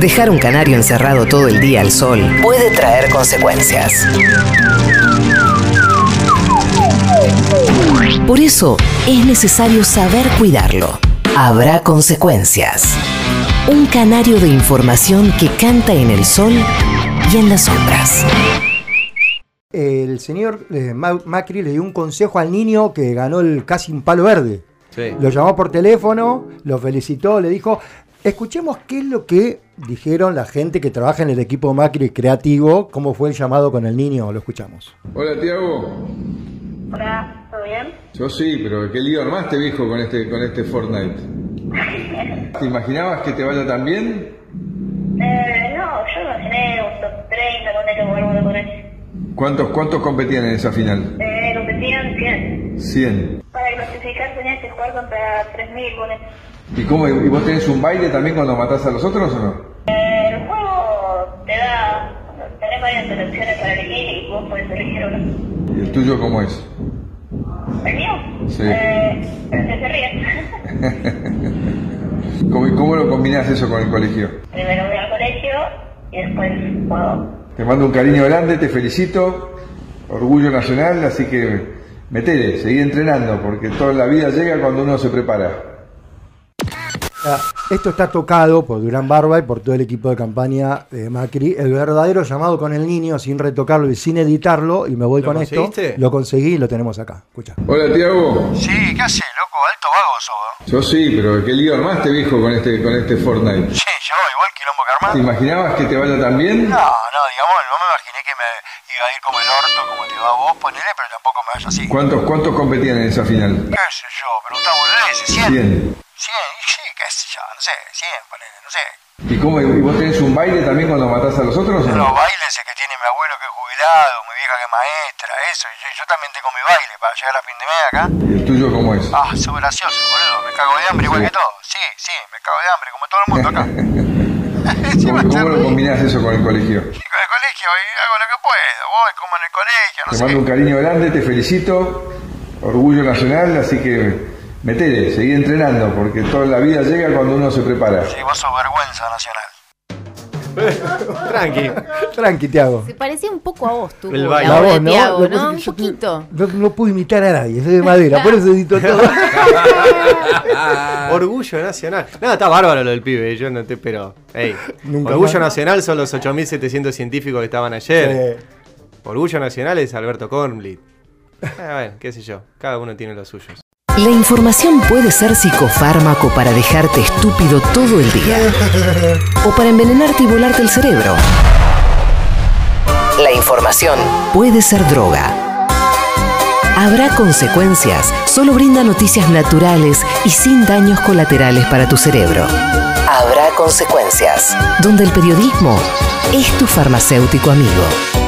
Dejar un canario encerrado todo el día al sol puede traer consecuencias. Por eso es necesario saber cuidarlo. Habrá consecuencias. Un canario de información que canta en el sol y en las sombras. El señor eh, Ma- Macri le dio un consejo al niño que ganó el casi un palo verde. Sí. Lo llamó por teléfono, lo felicitó, le dijo, escuchemos qué es lo que dijeron la gente que trabaja en el equipo Macri creativo, cómo fue el llamado con el niño, lo escuchamos. Hola, Tiago. Hola, ¿todo bien? Yo sí, pero qué lío armaste, viejo, con este, con este Fortnite. ¿Te imaginabas que te vaya tan bien? Eh, no, yo imaginé un top 30, poner que vuelvo con él. ¿Cuántos, ¿Cuántos competían en esa final? Eh, competían 100. 100. Para clasificar tenías que jugar contra 3.000 con él. ¿Y, cómo, ¿Y vos tenés un baile también cuando matás a los otros o no? Eh, El juego te da, tenés varias selecciones para elegir y vos podés elegir una. ¿Y el tuyo cómo es? ¿El mío? Sí. Eh, el que se ríe. ¿Cómo, y ¿Cómo lo combinás eso con el colegio? Primero voy al colegio y después juego. Te mando un cariño grande, te felicito, orgullo nacional, así que metele, seguí entrenando, porque toda la vida llega cuando uno se prepara. Ah, Esto está tocado por Durán Barba y por todo el equipo de campaña de Macri. El verdadero llamado con el niño, sin retocarlo y sin editarlo, y me voy ¿Lo con esto. conseguiste? Lo conseguí y lo tenemos acá. Escucha. Hola, Tiago. Sí, ¿qué haces, loco? Alto vago sos. Yo sí, pero qué lío armaste, viejo, con este, con este Fortnite. Sí, yo igual quilombo que ¿Te armás. imaginabas que te vaya tan bien? No, no, digamos, no me imaginé que me iba a ir como el orto, como te va a vos, ponele, pero tampoco me vaya así. ¿Cuántos, ¿Cuántos competían en esa final? ¿Qué sé yo? Preguntámosle, ¿se 100? 100, 100. y sí, qué sé yo, no sé, 100, ponele, no sé. ¿Y, cómo, ¿Y vos tenés un baile también cuando matás a los otros? o Los no? bailes es que tiene mi abuelo que es jubilado, mi vieja que es maestra, eso, y yo, yo también tengo mi baile para llegar a fin de mes acá. ¿Y el tuyo cómo es? Ah, sos gracioso, boludo, me cago de hambre igual que todo. Sí, sí, me cago de hambre, como todo el mundo acá. ¿Cómo, Encima te cómo lo reís. combinás eso con el colegio? Chico del colegio y hago lo que puedo, voy como en el colegio, no Te sé. mando un cariño grande, te felicito, orgullo nacional, así que metele, seguí entrenando, porque toda la vida llega cuando uno se prepara. Sí, vos sos vergüenza nacional. Tranqui. Tranqui, Tiago. Se parecía un poco a vos, tú. El La baile. voz de voz, Tiago, La- ¿no? Un yo- poquito. No, no pude imitar a nadie, soy de madera, por eso edito todo. Orgullo nacional. Nada, está bárbaro lo del pibe, yo no te, pero. ey, Nunca Orgullo más. nacional son los 8700 científicos que estaban ayer. Eh, Orgullo nacional es Alberto Kornblit. Ah, bueno, qué sé yo. Cada uno tiene los suyos. La información puede ser psicofármaco para dejarte estúpido todo el día. O para envenenarte y volarte el cerebro. La información puede ser droga. Habrá consecuencias. Solo brinda noticias naturales y sin daños colaterales para tu cerebro. Habrá consecuencias. Donde el periodismo es tu farmacéutico amigo.